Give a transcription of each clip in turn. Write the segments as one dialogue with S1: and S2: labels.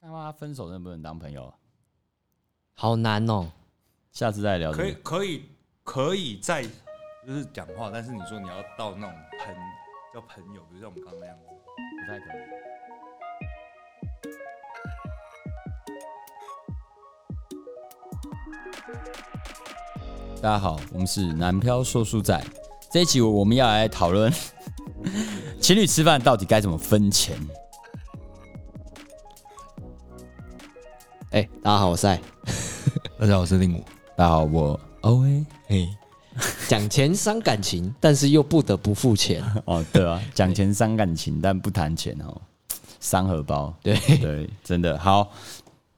S1: 那妈分手能不能当朋友？
S2: 好难哦。
S1: 下次再聊这
S3: 可
S1: 个。
S3: 以可以可以在就是讲话，但是你说你要到那种朋叫朋友，比如像我们刚刚那样子，
S1: 不太可能。大家好，我们是南漂说书仔。这一集我们要来讨论 情侣吃饭到底该怎么分钱。
S2: 哎、大家好，我是爱。
S3: 大家好，我是令武。
S1: 大家好，我 O A。
S2: 嘿，讲钱伤感情， 但是又不得不付 钱。
S1: 哦，对啊，讲钱伤感情，但不谈钱哦，伤荷包。
S2: 对
S1: 对，真的好。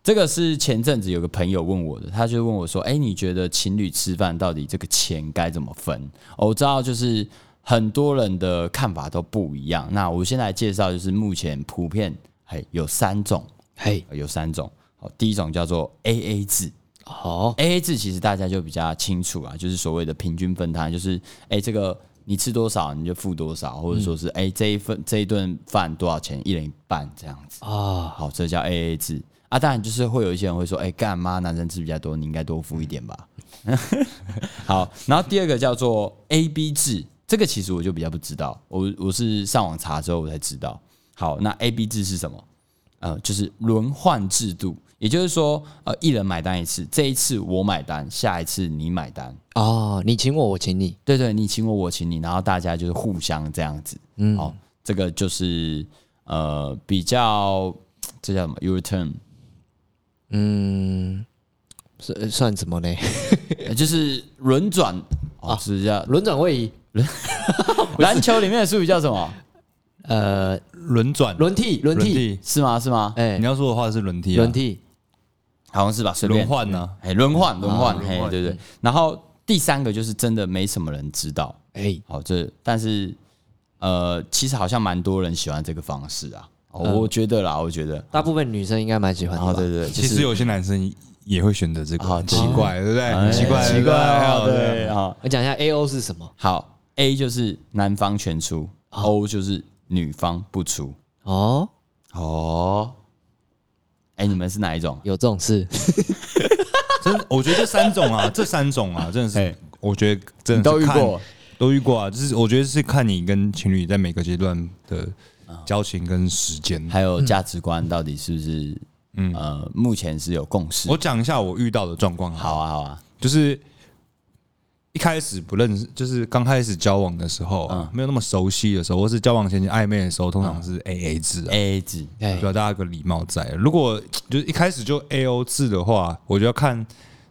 S1: 这个是前阵子有个朋友问我的，他就问我说：“哎、你觉得情侣吃饭到底这个钱该怎么分？”哦，我知道就是很多人的看法都不一样。那我先来介绍，就是目前普遍嘿有三种，
S2: 嘿，
S1: 有三种。好，第一种叫做 A A 制，
S2: 哦，
S1: A A 制其实大家就比较清楚啊，就是所谓的平均分摊，就是哎、这个你吃多少你就付多少，或者说是哎、这一份这一顿饭多少钱，一人一半这样子。
S2: 啊，
S1: 好，这叫 A A 制啊。当然就是会有一些人会说，哎、干妈男生吃比较多，你应该多付一点吧。 好，然后第二个叫做 A B 制，这个其实我就比较不知道，我我是上网查之后我才知道。好，那 A B 制是什么？呃，就是轮换制度，也就是说，呃，一人买单一次，这一次我买单，下一次你买单，
S2: 哦，你请我，我请你。
S1: 对对，你请我，我请你，然后大家就是互相这样子，嗯，好、这个就是呃比较这叫什么 u turn，
S2: 嗯，算算什么呢？
S1: 呃就是轮转
S3: 啊
S1: 哦，是叫
S2: 轮转位移，
S1: 篮球里面的术语叫什么？
S2: 呃，
S3: 轮转，
S2: 轮替，轮替，，
S1: 是吗？是吗？
S2: 哎
S3: 你，要说的话是轮替啊，
S2: 轮替，
S1: 好像是吧，随便
S3: 轮换啊呢？
S1: 哎，轮换，轮换，
S3: 啊
S1: 嘿
S3: 轮，换
S1: 对对。然后第三个就是真的没什么人知道，
S2: 哎，
S1: 好，这但是呃，其实好像蛮多人喜欢这个方式啊，哦
S3: 嗯
S1: 我觉得啦，我觉得。
S2: 大部分女生应该蛮喜欢
S1: 然后
S2: 的
S1: 哦对
S2: 吧？
S1: 对，对就
S3: 其
S1: 是
S3: 实有些男生也会选择这个，
S1: 啊
S3: 很
S1: 对
S3: 奇怪，对不对？
S1: 哎
S3: 很奇怪，
S1: 奇怪
S3: 对
S1: 哦，
S3: 不对
S1: 对啊。哦
S2: 我讲一下 A O 是什么？
S1: 好，A 就是男方全出，O
S3: 啊
S1: 就是女方不出。
S2: 哦，
S1: 哦，哎，你们是哪一种？
S2: 有这种事，
S3: 真的，我觉得这三 种啊，这三种啊，真的
S1: 哎
S3: 是，我觉得真的
S1: 你都
S3: 是
S1: 遇
S3: 看
S1: 过，
S3: 都遇过啊。就是我觉得是看你跟情侣在每个阶段的交情跟时间。
S1: 啊还有价值观到底是不是？嗯，呃，目前是有共识。
S3: 我讲一下我遇到的状况，
S1: 好，啊，好啊，
S3: 就是一开始不认识，就是刚开始交往的时候
S1: 嗯
S3: 啊，没有那么熟悉的时候，或是交往前期暧昧的时候，通常是 A A 制啊。
S1: A 制
S2: 哎，
S3: 表达个礼貌在。如果就是一开始就 A O 制的话，我就要看，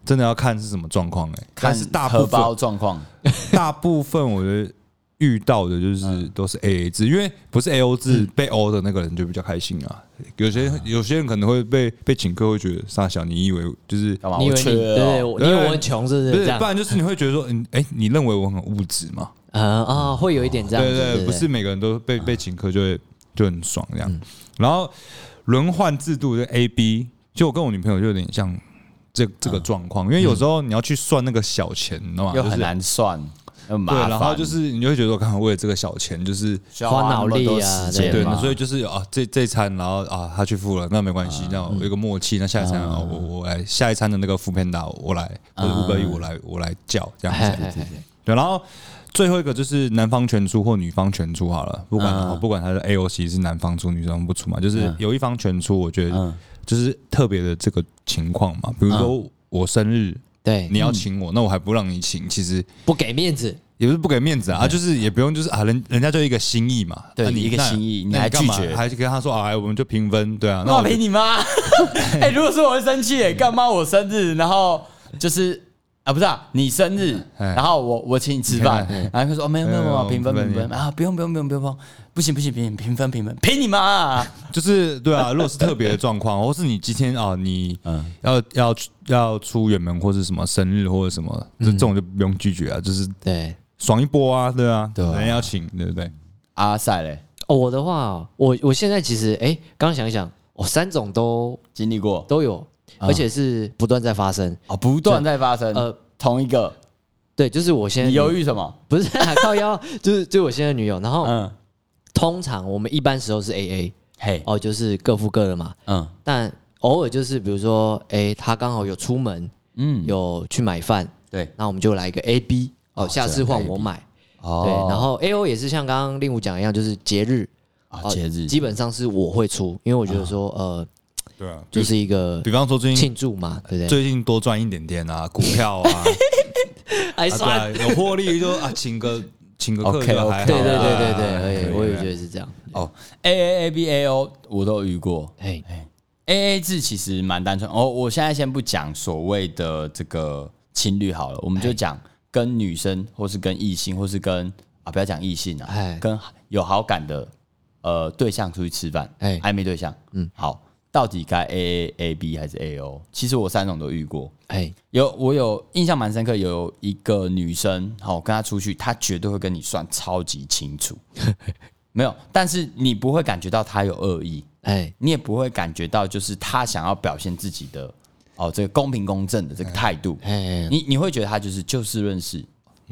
S3: 真的要看是什么状况哎。但是大
S1: 荷
S3: 部
S1: 包
S3: 分
S1: 状况，
S3: 大部分我觉得遇到的
S1: 嗯
S3: 就是都是 A A 制，因为不是 A O 制被 O 的那个人就比较开心啊。有些有些人可能会被被请客，会觉得傻小，你以为就是。
S1: 干嘛？
S2: 你以
S1: 我
S2: 为
S1: 缺
S2: 你对对，
S1: 哦
S2: 我你以为我很穷是不
S3: 不
S2: 是
S3: 是
S2: 这，样
S3: 不？然就是你会觉得说，嗯，哎，你认为我很物质吗？
S2: 嗯啊，会有一点这样，
S3: 对
S2: 对
S3: 对，不是每个人都被被请客就会就很爽这样。然后轮换制度的 A B，就我跟我女朋友就有点像这这个状况，因为有时候你要去算那个小钱，你知道吗？
S1: 嗯又
S3: 就
S1: 很
S3: 是
S1: 难算，又麻
S3: 对，
S1: 烦。
S3: 然后就是你就会觉得，我看为了这个小钱，就是
S1: 需要花
S2: 花脑力
S1: 那
S2: 啊
S1: 么多时
S2: 对
S1: 间
S3: 对
S1: 嘛，，
S3: 所以就是啊，这这一餐，然后啊，他去付了，那没关系，那我有一个默契，那下一餐啊，我我来下一餐的那个副片打我来，或者五百亿我来我来叫这样子。
S2: 对
S3: 对，然后最后一个就是男方全出或女方全出好了，不管、
S1: 嗯
S3: 哦不管他的 AOC 是男方出女方不出嘛，就是有一方全出，我觉
S1: 嗯
S3: 得就是特别的这个情况嘛。比如说我生日，
S2: 对，
S3: 你要请
S1: 嗯
S3: 我，那我还不让你请，其实
S2: 不给面子，
S3: 也不是不给面子啊，啊就是也不用就是啊，人人家就一个心意嘛，
S1: 嗯对
S3: 啊你
S1: 一个
S3: 那
S1: 心意你
S3: 那
S1: 还
S3: 干嘛
S1: 拒绝哦
S3: 还跟他说啊，我们就平分，对啊，
S1: 那我
S3: 就
S1: 陪你妈。哎、如果说我会生气耶，干妈我生日，然后就是啊，不是啊，你生日，
S3: 哎
S1: 然后我我请你吃饭
S3: 哎，
S1: 然后他说哦，没有没有没有，
S3: 哎
S1: 平分
S3: 我们
S1: 平分啊，不用不用不用不用，不行不行不行，平分平分，陪你妈、啊。
S3: 就是对啊，如果是特别的状况，或是你今天啊，你要要要出远门或是什么生日或者什么，这这种就不用拒绝啊，就是
S2: 对。
S3: 爽一波啊，对啊，人家要请，对不对？
S1: 阿塞嘞，
S2: 哦，我的话哦，我我现在其实哎，刚想一想，我三种都
S1: 经历过
S2: 都有，
S1: 啊
S2: 而且是不断在发生。
S1: 哦，不断在发生，
S2: 呃
S1: 呃，同一个，
S2: 对，就是我现在
S1: 你犹
S2: 豫
S1: 豫什么？
S2: 不是、啊、靠腰，就是就是我现在的女友。然后、
S1: 嗯，
S2: 通常我们一般时候是 A A，
S1: 嘿，
S2: 哦哦，就是各付各的嘛。
S1: 嗯，
S2: 但偶尔就是比如说，哎，他刚好有出门，
S1: 嗯，
S2: 有去买饭，
S1: 对，
S2: 那我们就来一个 A B，
S1: 哦
S2: 哦，下次
S1: 这样
S2: 换
S1: A
S2: 我
S1: B
S2: 买，
S1: 哦
S2: 对，然后 A O 也是像刚刚令武讲一样，就是节日，
S1: 啊，
S2: 哦
S1: 节日
S2: 基本上是我会出，因为我觉得说，呃，
S3: 对啊，
S2: 就
S3: 就是
S2: 一个
S3: 比方说最近
S2: 庆祝嘛，对不对？
S3: 最近多赚一点点啊，股票啊，
S2: 还
S3: 啊对啊，有获利就啊，请个请个客
S1: OK，OK
S3: 就还好啊
S2: 对对对对对，
S3: 可
S2: 哎
S3: 以
S2: 我也觉得是这样。
S1: 哦，A A A B A O 我都遇过
S2: 哎，
S1: ，A A 制其实蛮单纯。哦，我现在先不讲所谓的这个情侣好了，我们就讲
S2: 哎
S1: 跟女生或是跟异性或是跟啊不要讲异性啊
S2: 哎，
S1: 跟有好感的呃对象出去吃饭，哎
S2: 哎，
S1: 还没对象，嗯，好，到底该 A A A B 还是 A O？其实我三种都遇过。
S2: 哎，
S1: 有我有印象蛮深刻，有一个女生，好、跟她出去，她绝对会跟你算超级清 楚，没有，但是你不会感觉到她有恶意，
S2: 哎，
S1: 你也不会感觉到就是她想要表现自己的哦这个公平公正的这个态度，
S2: 哎，
S1: 你你会觉得她就是就事论事，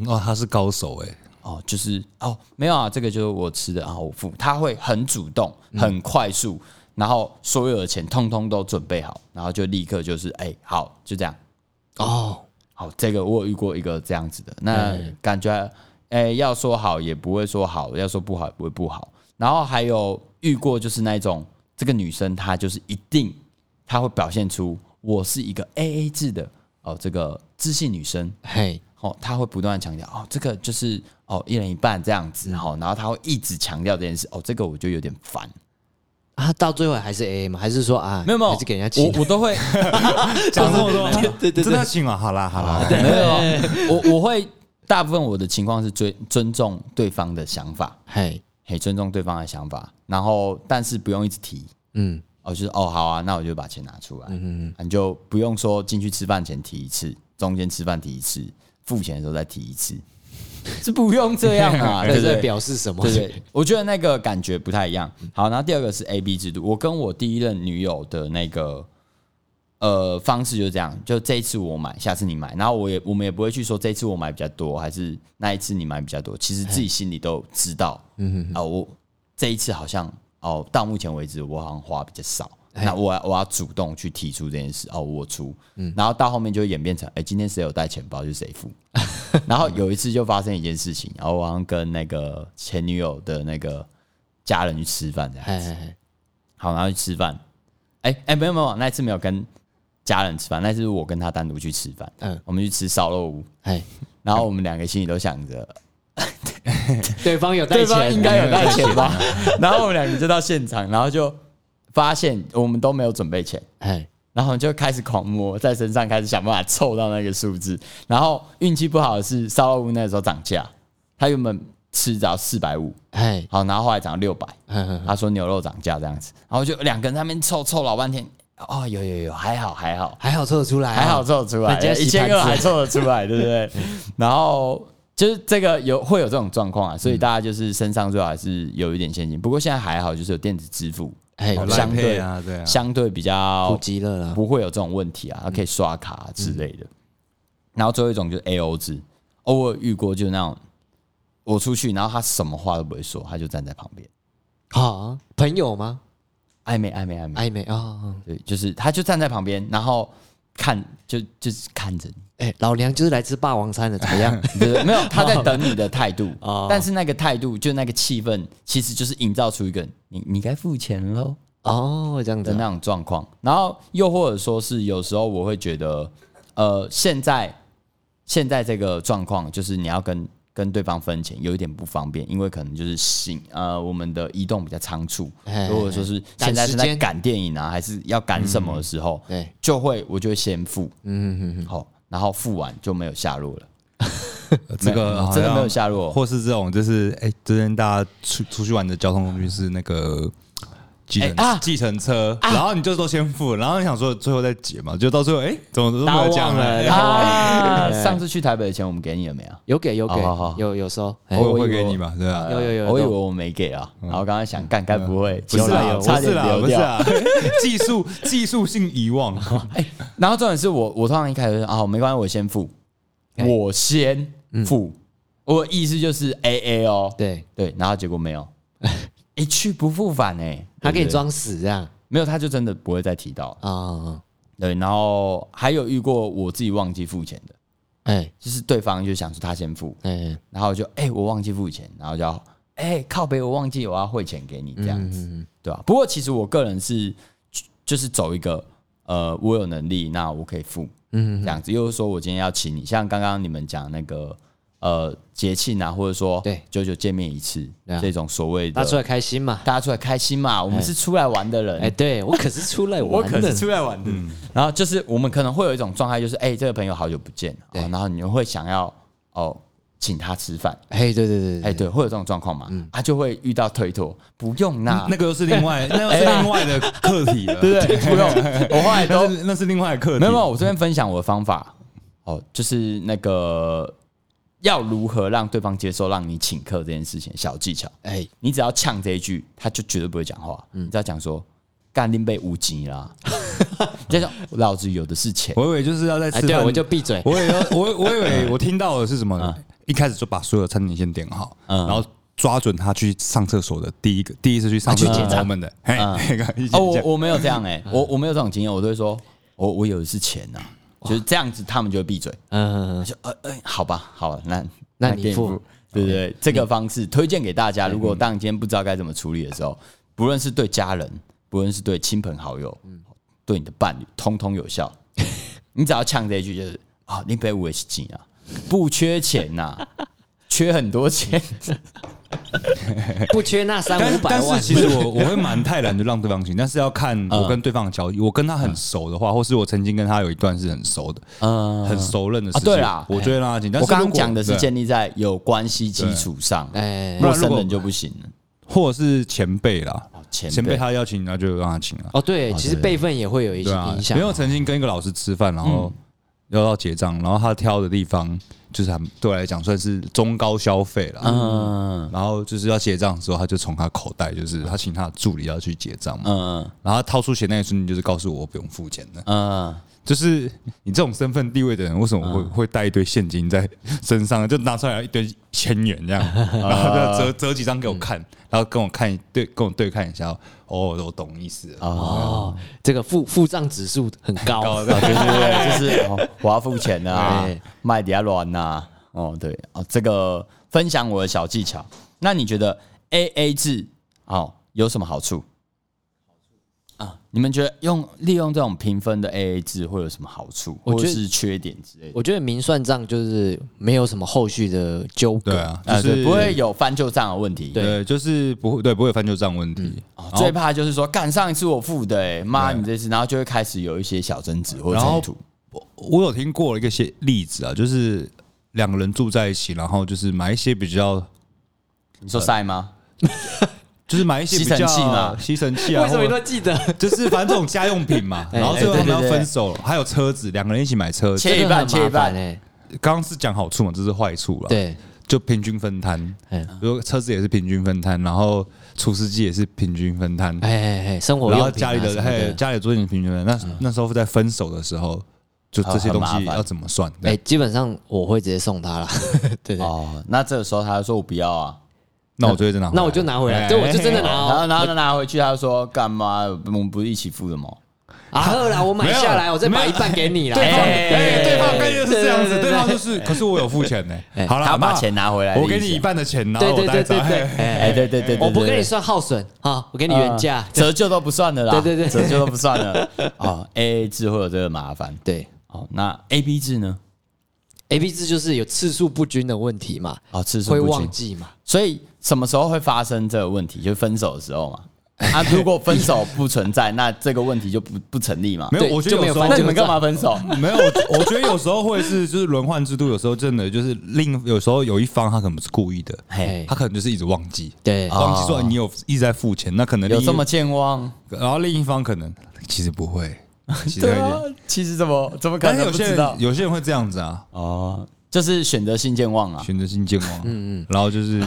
S3: 哦，他是高手哎、
S1: 哦，就是哦，没有啊，这个就是我吃的啊，我付。他会很主动，
S2: 嗯
S1: 很快速，然后所有的钱通通都准备好，然后就立刻就是哎、好，就这样。
S2: 哦，
S1: 好，这个我有遇过一个这样子的，那感觉哎、要说好也不会说好，要说不好也不会不好。然后还有遇过就是那一种，这个女生她就是一定，她会表现出我是一个 A A 制的哦，这个自信女生，
S2: 嘿，
S1: 哦，他会不断地强调哦，这个就是哦一人一半这样子哈、哦，然后他会一直强调这件事哦，这个我就有点烦，
S2: 啊，到最后还是 A A 吗？还是说啊，
S1: 没有没有，
S2: 还是给人家请
S1: 我我都 会
S3: 讲这么多，
S2: 对对对
S3: 真的请啊，好啦好 啦，
S1: 没有， 我我会大部分我的情况是尊尊重对方的想法，
S2: 嘿，
S1: 嘿，尊重对方的想法，然后但是不用一直提，
S2: 嗯，
S1: 哦，就是哦好啊，那我就把钱拿出来，嗯嗯，你就不用说进去吃饭前提一次，中间吃饭提一次，付钱的时候再提一次， 是不用这样啊， 对
S2: 这
S1: 不对
S2: 在？表示什么？
S1: 对对，我觉得那个感觉不太一样。好，然后第二个是 A B 制度，我跟我第一任女友的那个呃方式就是这样，就这一次我买，下次你买，然后我也我们也不会去说这一次我买比较多，还是那一次你买比较多，其实自己心里都知道，嗯啊，我这一次好像哦，到目前为止我好像花比较少。那我要我要主动去提出这件事哦，我出，然后到后面就会演变成，哎、今天谁有带钱包就谁付，然后有一次就发生一件事情，然后我好像跟那个前女友的那个家人去吃饭，这样
S2: 哎，哎哎
S1: 好，然后去吃饭，哎、哎、没有没有，那一次没有跟家人吃饭，那次我跟他单独去吃饭，嗯
S2: 嗯，
S1: 我们去吃烧肉屋，
S2: 哎，
S1: 然后我们两个心里都想着
S2: 对方有带
S1: 对方
S2: 钱，
S1: 应该有带钱啊吧， 然后我们两个就到现场，然后就发现我们都没有准备钱，
S2: 哎，
S1: 然后就开始狂摸，在身上开始想办法凑到那个数字。然后运气不好的是，烧肉屋那时候涨价，他原本吃只要四百五，
S2: 哎，
S1: 好，然后后来涨到六百，
S2: 嗯嗯
S1: 他说牛肉涨价这样子，然后就两个人在那边凑凑老半天，哦，有有有，还好还好
S2: 还好凑得出来啊，
S1: 还好凑得出来
S2: 人家，
S1: 一
S2: 洗盘
S1: 千
S2: 子
S1: 二还凑得出来，对不对？然后就是这个有会有这种状况啊，所以大家就是身上最好还是有一点现金，不过现在还好，就是有电子支付，
S2: 哎，
S3: 好
S2: 我
S3: 啦
S1: 相对
S3: 赖配啊对啊
S1: 相对比较
S2: 普及了啦，
S1: 不会有这种问题啊，它可以刷卡之类的。然后最后一种就是 A O 制，哦，我有遇过就是那种我出去，然后他什么话都不会说，他就站在旁边
S2: 好，哦朋友吗？
S1: 暧昧暧昧暧昧，
S2: 暧昧啊，哦
S1: 对，哎就是他就站在旁边，然后看就就是看着你，
S2: 哎，老娘就是来吃霸王餐的，怎么样？
S1: 对不对没有他在等你的态度
S2: 哦，
S1: 但是那个态度就那个气氛，其实就是营造出一个你你该付钱喽。
S2: 哦，这样子
S1: 的
S2: 啊，
S1: 那种状况。然后又或者说是有时候我会觉得，呃，现在现在这个状况就是你要跟 跟对方分钱，有一点不方便，因为可能就是行呃我们的移动比较仓促，
S2: 哎
S1: 如果说是
S2: 赶
S1: 现在
S2: 时
S1: 是在
S2: 间
S1: 赶电影啊，还是要赶什么的时候，
S2: 对，
S1: 就会我就会先付，
S2: 嗯嗯嗯嗯，
S1: 好、然后付完就没有下落了，
S3: 这
S1: 没
S3: 个
S1: 有
S3: 好像
S1: 真的没有下落。
S3: 或是这种就是哎、之前大家出出去玩的交通工具是那个。计程
S1: 哎啊
S3: 计程车，然后你就都先付，然后你想说最后再结嘛，就到最后哎，怎么都没有讲
S2: 大忘了
S3: 哎
S2: 大
S1: 啊！上次去台北的钱我们给你了没有？
S2: 有给有给
S1: 好好好哦
S2: 有有收，哎
S3: 偶尔
S1: 我
S3: 会
S1: 以为
S3: 给你吧，对啊，
S2: 有有有
S1: 呃我以为
S2: 有
S1: 我没给啊，然后刚刚想，干该嗯不啊会
S3: 不
S1: 结
S3: 是
S1: 果
S3: 啦，
S1: 差
S3: 不是
S1: 点
S3: 啦，
S1: 流
S3: 不是
S1: 掉。
S3: 啦， 技术技术性遗 忘，
S1: 然后重点是我，我通常一开始就说啊，没关系，我先付，我先付，我的意思就是 A A 哦，
S2: 对，
S1: 对，然后结果没有，一去不复返哎、
S2: 他给你
S1: 对不对，
S2: 装死这样，
S1: 没有他就真的不会再提到了。
S2: 啊，
S1: 对，然后还有遇过我自己忘记付钱的，
S2: 哎
S1: 就是对方就想说他先付，
S2: 哎，
S1: 然后我就哎、欸我忘记付钱，然后就要哎、靠北我忘记我要汇钱给你这样
S2: 嗯
S1: 子，对吧、不过其实我个人是就是走一个呃我有能力，那我可以付，嗯，这样子，又是说我今天要请你，像刚刚你们讲那个呃节庆啊，或者说
S2: 对
S1: 久久见面一次、
S2: 对啊
S1: 这种所谓的
S2: 大家出来开心嘛。
S1: 大家出来开心嘛，我们是出来玩的人，
S2: 哎，对我可是出来
S1: 我
S2: 玩
S1: 可是
S2: 的，
S1: 出来玩的。然后就是我们可能会有一种状态，就是哎、这个朋友好久不见，
S2: 对
S1: 哦然后你会想要哦请他吃饭，
S2: 哎，对对对
S1: 哎、
S2: 对，
S1: 对，会有这种状况嘛？他就会遇到推脱，不用啦，
S3: 那个又是另外，那又是另外的课题了，
S1: 哎对不对？ 不用，我后来都
S3: 那是那是另外的课题。
S1: 没有没有，我这边分享我的方法哦，就是那个要如何让对方接受让你请客这件事情小技巧。
S2: 哎，
S1: 你只要呛这一句，他就绝对不会讲话。你只要讲说干定被无极啦，这种老子有的是钱。
S3: 我以为就是要在
S2: 哎，
S3: 吃
S2: 对啊，
S3: 饭，
S2: 我就闭嘴。
S3: 我以为我我以
S1: 嗯
S3: 为我听到的是什么呢？一开始就把所有餐点先点好，
S1: 嗯
S3: 然后抓准他去上厕所的第一个第一次去上厕
S2: 啊去
S3: 所
S2: 结账
S3: moment 的，嘿， 那个一起
S1: 哦，我
S3: 讲。
S1: 我没有这样哎、我我没有这种经验，我都会说，我我有的是钱呐、就是这样子，他们就会闭嘴，
S2: 嗯，
S1: 就呃呃，好吧，好，那
S2: 那你
S1: 给
S2: 付
S1: 对不对？这个方式推荐给大家，如果当你今天不知道该怎么处理的时候，不论是对家人，不论是对亲朋好友，对你的伴侣，通通有效。 你只要呛这一句就是啊，你别五十斤啊，不缺钱呐、 缺很多 钱，
S2: 不缺那三
S3: 但
S2: 五
S3: 是
S2: 百
S3: 但
S2: 万
S3: 是，其实 我我会蛮泰然就让对方请，但是要看
S1: 嗯
S3: 我跟对方的交易。我跟他很熟的话，或是我曾经跟他有一段是很熟的，
S1: 嗯。
S3: 很熟认的事
S1: 啊
S3: 情，
S1: 对啦
S3: 我就会让他请。但
S1: 我
S3: 是
S1: 刚
S3: 如
S1: 刚
S3: 果
S1: 讲的是
S3: 对
S1: 建立在有关系基础上，陌
S2: 哎，
S3: 不然如
S1: 生
S3: 果
S1: 人就不行了。
S3: 或者是前辈啦，
S1: 哦前
S3: 前辈
S1: 辈
S3: 他邀请，那就让他请啊。
S2: 哦，对，其实辈分也会有一些
S3: 对啊
S2: 影，响
S3: 因为。我曾经跟一个老师吃饭，然后
S1: 嗯
S3: 要到结账，然后他挑的地方就是还对我来讲算是中高消费了。
S1: 嗯
S3: 然后就是要结账的时候，他就从他口袋，就是他请他的助理要去结账嘛，
S1: 嗯
S3: 然后他掏出钱那一瞬间，就是告诉我我不用付钱的。
S1: 嗯，
S3: 就是你这种身份地位的人，为什么会、会带一堆现金在身上呢？就拿出来一堆千元 这样，然后就
S1: 嗯
S3: 折折几张给我看，然后跟我看对跟我对看一下，哦，我懂意思了。
S2: 哦，这个付付账指数很高
S3: 高，
S1: 哦对对对，就是哦我要付钱的啊
S2: 对，
S1: 卖底下软呐。哦，对哦，这个分享我的小技巧。那你觉得 A A 制哦有什么好处？啊，你们觉得用利用这种评分的 A A 制会有什么好处，
S2: 我
S1: 或
S2: 觉
S1: 者
S2: 得
S1: 是缺点之类的？
S2: 我觉得明算账就是没有什么后续的纠葛。
S3: 对啊，
S1: 啊，
S3: 就是
S1: 对，不会有翻旧账的问题。
S3: 对，就是不会对不会有翻旧账问题。
S1: 哦，最怕就是说，干上一次我付的、欸，妈你这次，然后就会开始有一些小争执或
S3: 然
S1: 冲
S3: 后
S1: 突。
S3: 我有听过一个些例子啊，就是两个人住在一起，然后就是买一些比较，
S1: 你说晒吗？
S3: 就是买一些比较
S1: 吸尘器嘛
S3: 吸尘器啊，或者
S2: 记得？
S3: 就是反正这种家用 品嘛，
S2: 哎
S3: 然后最后
S1: 对
S3: 他们
S1: 对
S3: 要
S1: 对
S3: 分手了，还有车子，两个人一起买车子，
S1: 切一半，切一半，
S2: 哎，
S3: 刚刚是讲好处嘛，这是坏处了。，
S2: 对，
S3: 就平均分摊，
S2: 哎
S3: 比如车子也是平均分摊，然后厨师机也是平均分摊，
S2: 哎哎哎，生活
S3: 然后
S2: 用品
S3: 家
S2: 啊
S3: 里
S2: 什
S3: 的
S2: 么
S3: 还有
S2: 的，
S3: 家里的桌椅平均分摊。那那时候在分手的时候，就这
S1: 嗯
S3: 些
S1: 啊很
S3: 东
S1: 麻
S3: 西
S1: 烦
S3: 要怎么算？
S2: 哎，
S3: 对，
S2: 基本上我会直接送他啦。对对，
S1: 哦，那这个时候他就说我不要啊，
S3: 那我就会再拿回来，
S2: 那我就拿回来，
S3: 哎
S2: 对，我就真的拿
S1: 然后
S2: 哦。
S1: 然后他拿回去，他就说干嘛？我们不是一起付的吗？
S2: 啊，后来我买下来，我再买一半给你啦。
S1: 对方
S2: 哎
S3: 哎，对方概念是这样子，对方
S2: 对
S3: 就是，可是我有付钱呢
S2: 哎。
S3: 好
S1: 他
S3: 了，
S1: 把
S3: 那
S1: 钱拿回来的意
S3: 我
S1: 思啊
S3: 给你一半的钱，然后我
S2: 对
S3: 带
S2: 对对
S3: 走。
S2: 对对
S3: 嘿
S1: 哎，对对对对，
S2: 我不
S1: 对
S2: 跟你
S1: 对
S2: 算耗损啊，我给你原价
S1: 啊。折旧都不算的啦，
S2: 对对对
S1: 折旧都不算了。哦，A A 制会有这个麻烦。
S2: 对
S1: 哦，那 A B 制呢？
S2: ，A B 制就是有次数不均的问题嘛，
S1: 哦，次数
S2: 会
S1: 不
S2: 忘
S1: 均，
S2: 记嘛。
S1: 所以什么时候会发生这个问题？就是分手的时候嘛。啊，如果分手不存在，那这个问题就不不成立嘛。
S3: 没
S2: 对
S3: 有，我觉得
S2: 就没有
S3: 有时候
S2: 翻
S1: 那
S2: 旧
S1: 你们干嘛分手？
S3: 没有，我我觉得有时候会是就是轮换制度，有时候真的就是另有时候有一方他可能不是故意的，
S1: 嘿
S2: 哎，哦
S3: 他可能就是一直忘记，
S2: 对
S1: 啊
S3: 忘记说你有一直在付钱，那可能另
S1: 有
S3: 一
S1: 这么，健忘？
S3: 然后另一方可能其实不会，其实
S1: 对
S3: 会
S1: 啊，其实怎么怎么可
S3: 但是
S1: 能
S3: 有
S1: 不
S3: 些
S1: 知道
S3: 人？有些人会这样子啊，
S1: 哦，就是选择性健忘啊。
S3: 选择性健忘，嗯嗯，然后就是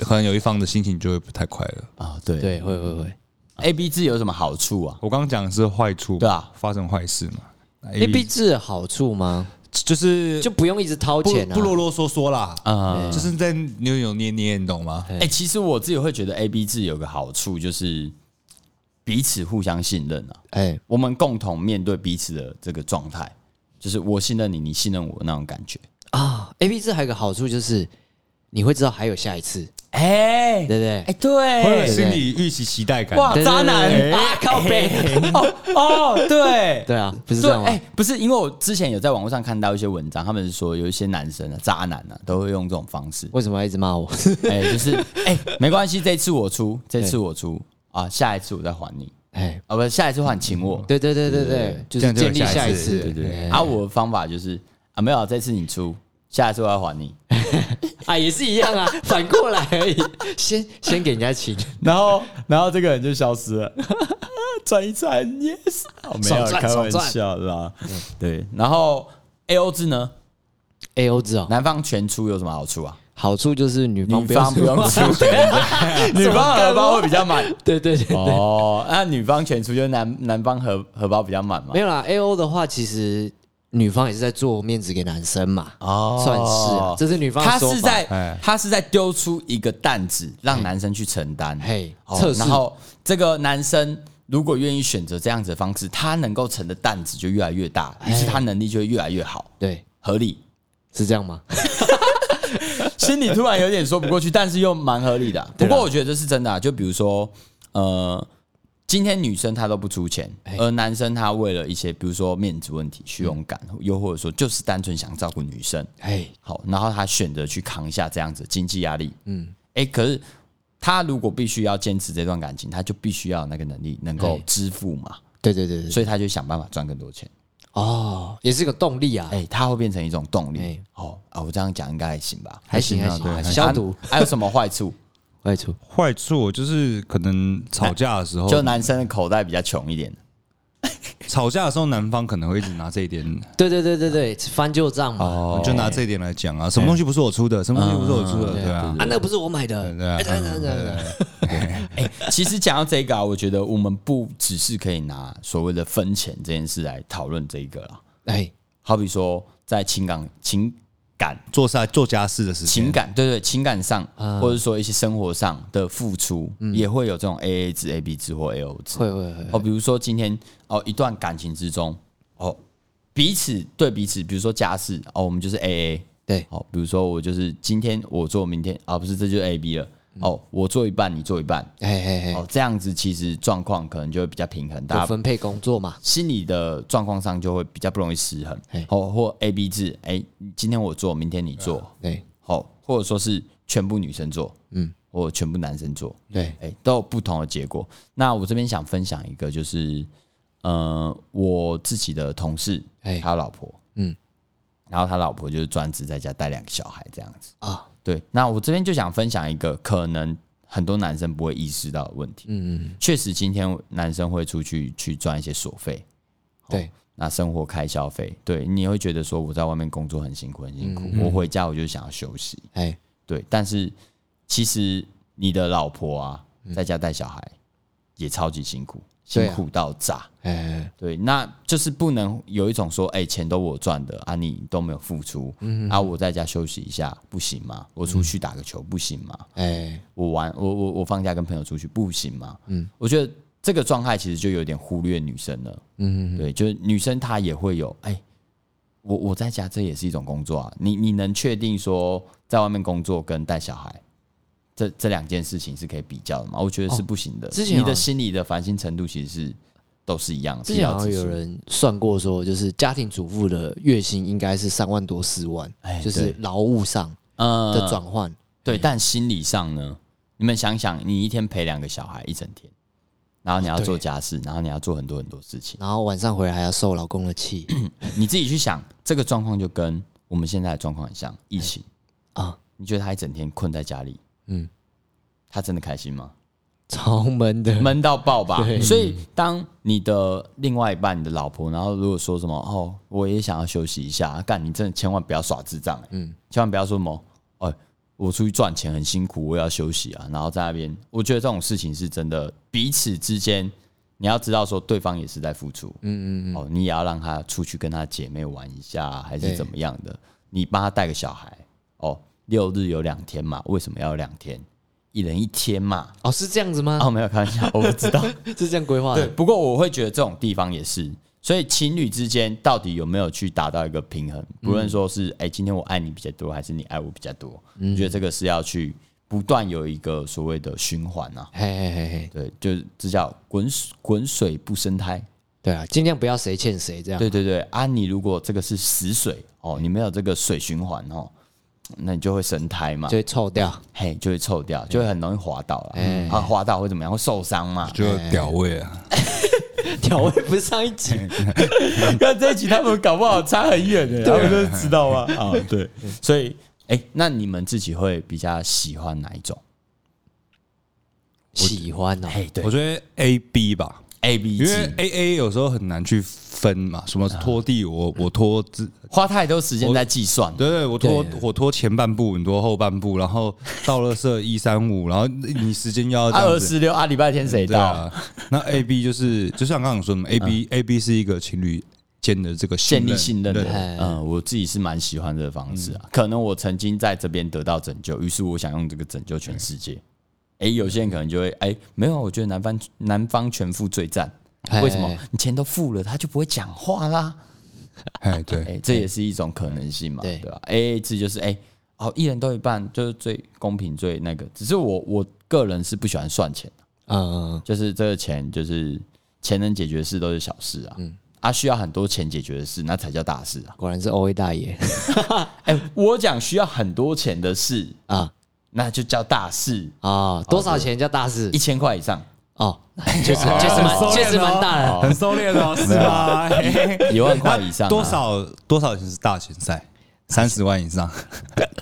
S3: 可能有一方的心情就会不太快乐。
S1: 啊，对
S2: 对，会会会。
S1: ，A B 制有什么好处啊？
S3: 我刚刚讲的是坏处，
S1: 对啊，
S3: 发生坏事嘛
S2: A B 制的好处吗？
S3: 哎就是
S2: 就不用一直掏
S3: 不
S2: 钱啊
S3: 不。啰啰嗦嗦啦，
S1: 啊
S3: 啊，就是在
S2: 嗯
S3: 扭扭捏捏，你懂吗？
S1: 欸哎、其实我自己会觉得 A B 制有个好处就是，彼此互相信任啊，
S2: 哎，
S1: 我们共同面对彼此的这个状态，就是我信任你，你信任我那种感觉。
S2: 啊，A B 制还有一个好处就是，你会知道还有下一次，
S1: 哎、
S2: 对不对？
S1: 哎、对，
S3: 会有心理预期期待感。
S1: 哇，
S2: 对对
S1: 渣男
S2: 对
S1: 啊，靠 背，哦哦，对。
S2: 对啊，不是这
S1: 对，
S2: 样吗，
S1: 哎、？不是，因为我之前有在网络上看到一些文章，他们是说有一些男生啊，渣男啊，都会用这种方式
S2: 为什么要一直骂我？
S1: 哎、就是哎、没关系，这次我出，这次我出啊，下一次我再还你
S2: 哎，
S1: 啊，不是，下一次换请我，
S2: 对对对对对，就是
S3: 这
S2: 建
S3: 样
S2: 立
S3: 就有
S2: 下
S3: 下一
S2: 一
S3: 次
S2: 次，
S1: 对对嗯对，
S2: 哎
S1: 啊，我的方法就是啊，没有，这次你出，下一次我要还你，
S2: 啊，也是一样啊，反过来而已，先先给人家请，
S1: 然后然后这个人就消失了， 转一转，yes，哦没有
S2: 爽赚
S1: 开玩
S2: 爽嗯赚
S1: 笑的啦， 对，然后 A O 制呢，
S2: A O 制哦，
S1: 男方全出有什么好处啊？
S2: 好处就是女方
S1: 女
S2: 不用
S1: 方不用出
S2: 出，
S1: 钱， 女方荷包会比较 满。
S2: 对对对，
S1: 哦，那女方全出，就是男男方荷荷包比较满嘛
S2: 没。有啦，A O 的话，其实女方也是在做面子给男生嘛，
S1: 哦
S2: 算是啊，这是女方的
S1: 他
S2: 说法
S1: 是在
S3: 哎
S1: 他是在丢出一个担子，让男生去承担。
S2: 嘿
S1: 哦
S2: 测试
S1: 然后这个男生如果愿意选择这样子的方式，他能够承的担子就越来越大，于是他能力就会越来越好，
S2: 对，
S1: 合理。
S2: 是这样 吗？
S1: 心里突然有点说不过去，但是又蛮合 理的啊、不过我觉得这是真的、啊，就比如说，呃，今天女生她都不出钱，而男生他为了一些比如说面子问题、虚荣感，又或者说就是单纯想照顾女生，
S2: 哎，
S1: 好，然后他选择去扛一下这样子的经济压力，嗯，哎、可是他如果必须要坚持这段感情，他就必须要有那个能力能够
S2: 哎
S1: 支付嘛，
S2: 对对对对对，
S1: 所以他就想办法赚更多钱。
S2: 哦，也是个动力啊，
S1: 哎、他会变成一种动力。
S2: 哎
S1: 哦啊，我这样讲应该还行吧？
S2: 还
S1: 啊
S2: 行还行
S1: 对
S2: 还行
S1: 啊
S2: 消毒
S1: 还有什么坏 处？
S2: 外出
S3: 坏处就是可能吵架的时
S2: 哦
S3: 候，
S1: 就男生的口袋比较穷一点。
S3: 吵架的时候，男方可能会一直拿这一点，
S2: 对对对对对，翻旧账嘛，
S1: 哦哎
S3: 就拿这一点来讲啊，什么东西不是我出的，什么东西不是我出的，
S2: 对
S1: 嗯
S3: 对啊
S2: 啊，，那个不是我买的，
S3: 对啊，
S2: 哎对对对对对
S1: 其实讲到这个啊，我觉得我们不只是可以拿所谓的分钱这件事来讨论这一个啦。
S2: 哎，
S1: 好比说，在情感、情感、
S3: 做事做家事的事情，
S1: 情感，对对，情感上，
S2: 嗯
S1: 或者说一些生活上的付出，也会有这种 A A 制、A B 制或 A O 制。
S2: 会会会，
S1: 哦，比如说今天哦，一段感情之中，哦，彼此对彼此，比如说家事，哦，我们就是 A A。
S2: 对，
S1: 好，比如说我就是今天我做，明天啊不是，这就是 A B 了。
S2: 嗯
S1: 哦，我做一半，你做一半。
S2: 哎哎哎，
S1: 哦，这样子其实状况可能就会比较平衡，大
S2: 有
S1: 家
S2: 分配工作嘛，
S1: 心理的状况上就会比较不容易失衡
S2: 嘿。
S1: 哦，或 A B 制，哎、今天我做，明天你做。
S2: 对啊
S1: 好、或者说是全部女生做，
S2: 嗯
S1: 嗯，或全部男生做，
S2: 对，
S1: 哎、都有不同的结果。那我这边想分享一个，就是呃，我自己的同事，
S2: 哎
S1: 他有老婆，
S2: 嗯
S1: 嗯，然后他老婆就是专职在家带两个小孩这样子。
S2: 啊，
S1: 对，那我这边就想分享一个可能很多男生不会意识到的问题。
S2: 嗯嗯，
S1: 确实，今天男生会出去去赚一些所费，
S2: 对，
S1: 那生活开销费，对，你会觉得说我在外面工作很辛苦，很辛苦，我回家我就想要休息。
S2: 哎，
S1: 对，但是其实你的老婆啊，在家带小孩也超级辛苦，
S2: 嗯对
S1: 辛
S2: 啊
S1: 苦到炸。
S2: 哎哎，
S1: 对，那就是不能有一种说，哎、钱都我赚的啊，你都没有付出，
S2: 嗯
S1: 啊，我在家休息一下不行吗？我出去打个球不行吗？
S2: 哎，
S1: 我玩我我我放假跟朋友出去不行吗？嗯，我觉得这个状态其实就有点忽略女生了。
S2: 嗯，
S1: 对，就是女生她也会有，哎、我我在家这也是一种工作啊。你你能确定说在外面工作跟带小孩这这两件事情是可以比较的吗？我觉得是不行的。
S2: 哦之前
S1: 你
S2: 好
S1: 的
S2: 像
S1: 心理的烦心程度其实是都是一样的。
S2: 之
S1: 疲
S2: 前
S1: 劳
S2: 好像
S1: 指
S2: 有
S1: 数
S2: 人算过说，就是家庭主妇的月薪应该是三万多四万，
S1: 哎
S2: 就是
S1: 对
S2: 劳务上
S1: 呃
S2: 的转换，
S1: 对，但心理上呢，你们想想，你一天陪两个小孩一整天，然后你要做家事，然后你要做很多很多事情，
S2: 然后晚上回来还要受老公的气
S1: 你自己去想，这个状况就跟我们现在的状况很像，疫情。
S2: 啊，
S1: 你觉得他一整天困在家里，
S2: 嗯
S1: 嗯，他真的开心吗？
S2: 超闷的，
S1: 闷到爆吧
S2: 对！
S1: 所以，当你的另外一半，你的老婆，然后如果说什么哦，我也想要休息一下，干你真的千万不要耍智障、欸，嗯，千万不要说什么，哎、我出去赚钱很辛苦，我也要休息啊，然后在那边，我觉得这种事情是真的，彼此之间你要知道说对方也是在付出，嗯嗯哦，你也要让他出去跟他姐妹玩一下，还
S2: 对
S1: 是怎么样的，你帮他带个小孩，哦，六日有两天嘛，为什么要有两天？一人一天嘛。
S2: 哦，是这样子吗？
S1: 哦，没有开玩笑，我不知道。
S2: 是这样规划
S1: 对，
S2: 的。
S1: 不过我会觉得这种地方也是，所以情侣之间到底有没有去达到一个平衡？不论说是哎、今天我爱你比较多，还是你爱我比较多，我觉得这个是要去不断有一个所谓的循环啊。
S2: 嘿嘿嘿嘿，
S1: 对，就是这叫滚水滚水不生苔。
S2: 对啊，尽量不要谁欠谁这样。
S1: 对对对，啊，你如果这个是死水哦，你没有这个水循环哦，那你就会生苔嘛
S2: 就，会臭掉。
S1: 嘿，就会臭掉，就会很容易滑倒了。啊，滑倒会怎么样？会受伤嘛？
S3: 就屌味
S1: 哎
S3: 啊，
S2: 调味不是上一 集，
S1: 看这一集他们搞不好差很远的，他们都知道吗？啊， 对，所以哎、那你们自己会比较喜欢哪一种？
S2: 喜欢哦，
S1: 哎，对
S3: 我觉得 A B 吧，
S1: ，A B
S3: 因为
S1: 制，
S3: A A 有时候很难去分嘛，什么
S1: 啊
S3: 拖地我我拖自，
S1: 花太多时间在计算了，
S3: 对对，我拖
S2: 对
S3: 我拖前半部，你拖后半部，然后到了色一三五，然后你时间要这
S1: 啊，
S3: 样
S1: 二
S3: 子。
S1: 十六啊，礼拜天谁
S3: 对
S1: 到？
S3: 啊，那 A B 就是就像刚刚我说的嘛，A B A B 是一个情侣间的这个
S1: 嗯
S3: 信
S1: 建
S3: 任
S1: 立信任的
S3: 对，
S2: 哎，
S1: 嗯，我自己是蛮喜欢这个方式啊。可能我曾经在这边得到拯救，于是我想用这个拯救全世界。哎，有些人可能就会哎，没有，我觉得南方南方全付最赞，
S2: 哎
S1: 为什么？你钱都付了，他就不会讲话啦。
S3: 哎对
S1: 哎、，这也是一种可能性嘛，
S2: 对
S1: 对吧？A A 制就是哎、哦，一人都一半，就是最公平最那个。只是我我个人是不喜欢算钱的，
S2: 嗯，
S1: 就是这个钱就是钱能解决的事都是小事啊，啊，需要很多钱解决的事那才叫大事 啊。
S2: 果然是 O A 大爷
S1: 哎、我讲需要很多钱的事，
S2: 啊
S1: 那就叫大事，
S2: 啊！多少钱叫大事
S1: 一？千块以上，
S2: 哦，确实确实蛮确实蛮大的。
S3: 很收敛哦，是吧？
S1: 啊 一万块以上、啊，
S3: 多？少多少钱是大钱赛？三十万以上，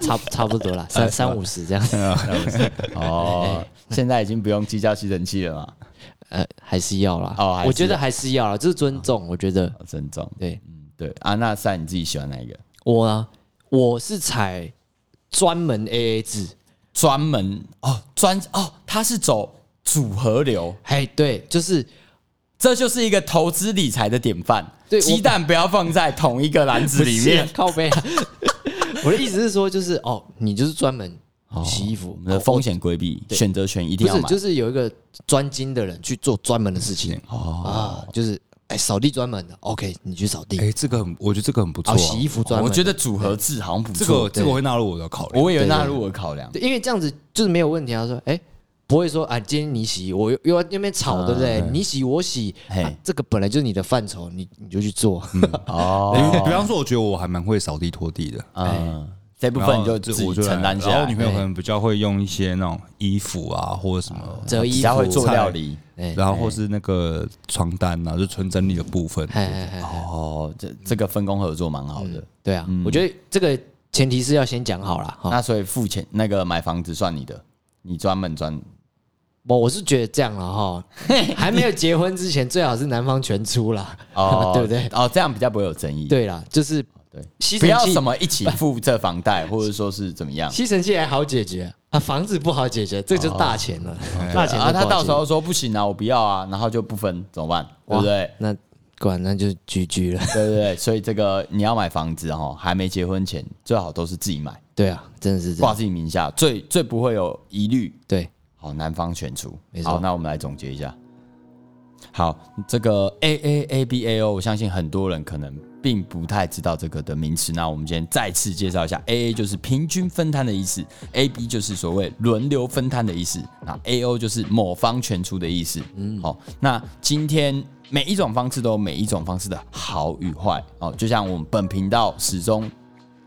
S2: 差不差不多啦，三三五十这样，
S1: 哦，现在已经不用计较吸尘器了嘛，
S2: 呃，还是要啦。
S1: 哦还是要
S2: 我觉得还是要啦，这是尊重。我觉得，
S1: 好郑重。
S2: 对
S1: 嗯，对啊，那赛你自己喜欢哪一个？
S2: 我啊，我是采专门 A A 制，
S1: 专门哦，专哦，他是走组合流，
S2: 嘿，对，就是
S1: 这就是一个投资理财的典范。
S2: 对我
S1: 鸡蛋不要放在同一个篮子
S2: 。
S1: 里面
S2: 靠背啊。我的意思是说，就是哦，你就是专门
S1: 哦
S2: 洗衣服哦
S1: 我，们的风险规避选择权一
S2: 不
S1: 定要
S2: 是，
S1: 买，
S2: 就是有一个专精的人去做专门的事情
S1: 哦
S2: 啊，就是哎，扫地专门的，OK，你去扫地
S3: 哎、，这个很，我觉得这个很不错、
S2: 哦，
S3: 啊。
S2: 洗衣服专
S1: 我
S2: 门的，
S1: 觉得组合制好像不
S3: 这个
S1: 错。
S3: 这个我会纳入我的考虑。
S1: 我以为纳入我的考量。
S2: 对，因为这样子就是没有问题啊。说，哎、不会说啊，今天你洗，我又又要那边吵，对不对？你洗我洗、
S1: 啊嘿
S2: 啊，这个本来就是你的范畴，你你就去做。
S1: 哦，
S3: 因为比方说，我觉得我还蛮会扫地拖地的，
S1: 嗯，这部分你就自
S3: 然后
S1: 己
S3: 我就来
S1: 承担下
S3: 然后我女
S1: 来。
S3: 朋友可能比较会用一些那种衣服啊，或者什么，
S2: 折
S1: 比
S2: 衣
S1: 较
S2: 服
S1: 会做料理
S2: 哎
S3: 然后或是那个床单啊，就纯整理的部分。
S2: 哎哎哎，嘿
S1: 哦，这这个分工合作蛮好的。
S2: 对啊，我觉得这个前提是要先讲好啦。哈。
S1: 那所以付钱那个买房子算你的，你专门专
S2: 我我是觉得这样 了哈，还没有结婚之前，最好是男方全出啦，
S1: 哦
S2: ，对不对？
S1: 哦，这样比较不会有争议。
S2: 对啦，就是
S1: 对。
S2: 吸
S1: 不
S2: 尘
S1: 要
S2: 器
S1: 什，么一起付这房贷，或者说是怎么样。
S2: 吸尘器还好解决啊，房子不好解决，这就是大钱了，大钱
S1: 啊，
S2: 就不
S1: 他
S2: 好
S1: 到
S2: 解
S1: 时候说不行啊，我不要啊，然后就不分，怎么办？对不对？
S2: 那管那就 GG 了。
S1: 对对对， 所以这个你要买房子哈，还没结婚前最好都是自己买，
S2: 对啊，真的是这
S1: 挂
S2: 样。
S1: 自己名下，最最不会有疑虑。
S2: 对，
S1: 好，男方全出
S2: 没。错
S1: 好，那我们来总结一下。好，这个 A A A B A O，我相信很多人可能并不太知道这个的名词。那我们今天再次介绍一下，A A 就是平均分摊的意思，A B 就是所谓轮流分摊的意思，那 A O 就是某方全出的意思。嗯，好，那今天每一种方式都有每一种方式的好与坏哦，就像我们本频道始终。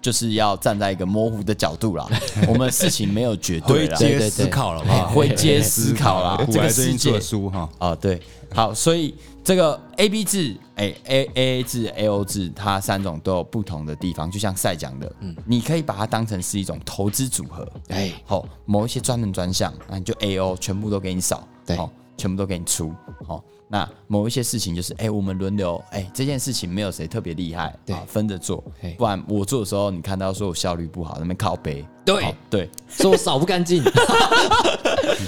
S1: 就是要站在一个模糊的角度啦，我们事情没有绝对
S3: 会
S1: 啦，
S3: 接思考了吧？
S1: 哎会接思考啦，
S3: 古
S1: 这
S3: 来
S1: 个
S3: 最
S1: 世
S3: 近出
S1: 界
S3: 的书哈，
S1: 啊，对，好，所以这个 A B 制，哎、A A A 制、A O 制，它三种都有不同的地方，就像赛讲的，嗯，你可以把它当成是一种投资组合，
S2: 哎，
S1: 好、某一些专门专项，那你就 A O 全部都给你扫，
S2: 对
S1: 好全部都给你出，好、那某一些事情就是，哎、我们轮流，哎、这件事情没有谁特别厉害，
S2: 对
S1: 啊分着做
S2: 嘿，
S1: 不然我做的时候，你看到说我效率不好，那边靠背，
S2: 对
S1: 好对，
S2: 说我扫不干净，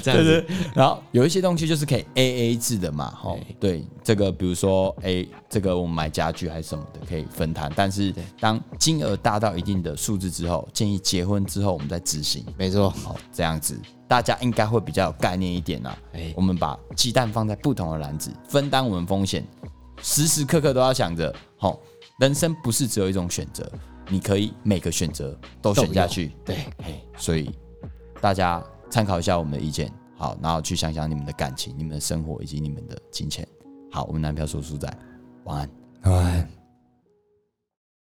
S2: 这样子
S1: 然后有一些东西就是可以 A A 制的嘛，吼，对，这个比如说 A 这个我们买家具还是什么的可以分摊，但是当金额大到一定的数字之后，建议结婚之后我们再执行，
S2: 没错，
S1: 好，这样子大家应该会比较有概念一点啦、
S2: 哎
S1: 我们把鸡蛋放在不同的篮子，分担我们风险，时时刻刻都要想着，吼，人生不是只有一种选择，你可以每个选择都选下去。
S2: 对，
S1: 嘿，所以大家参考一下我们的意见，好，然后去想想你们的感情、你们的生活以及你们的金钱。好，我们男票说书仔，晚安。
S3: 晚安。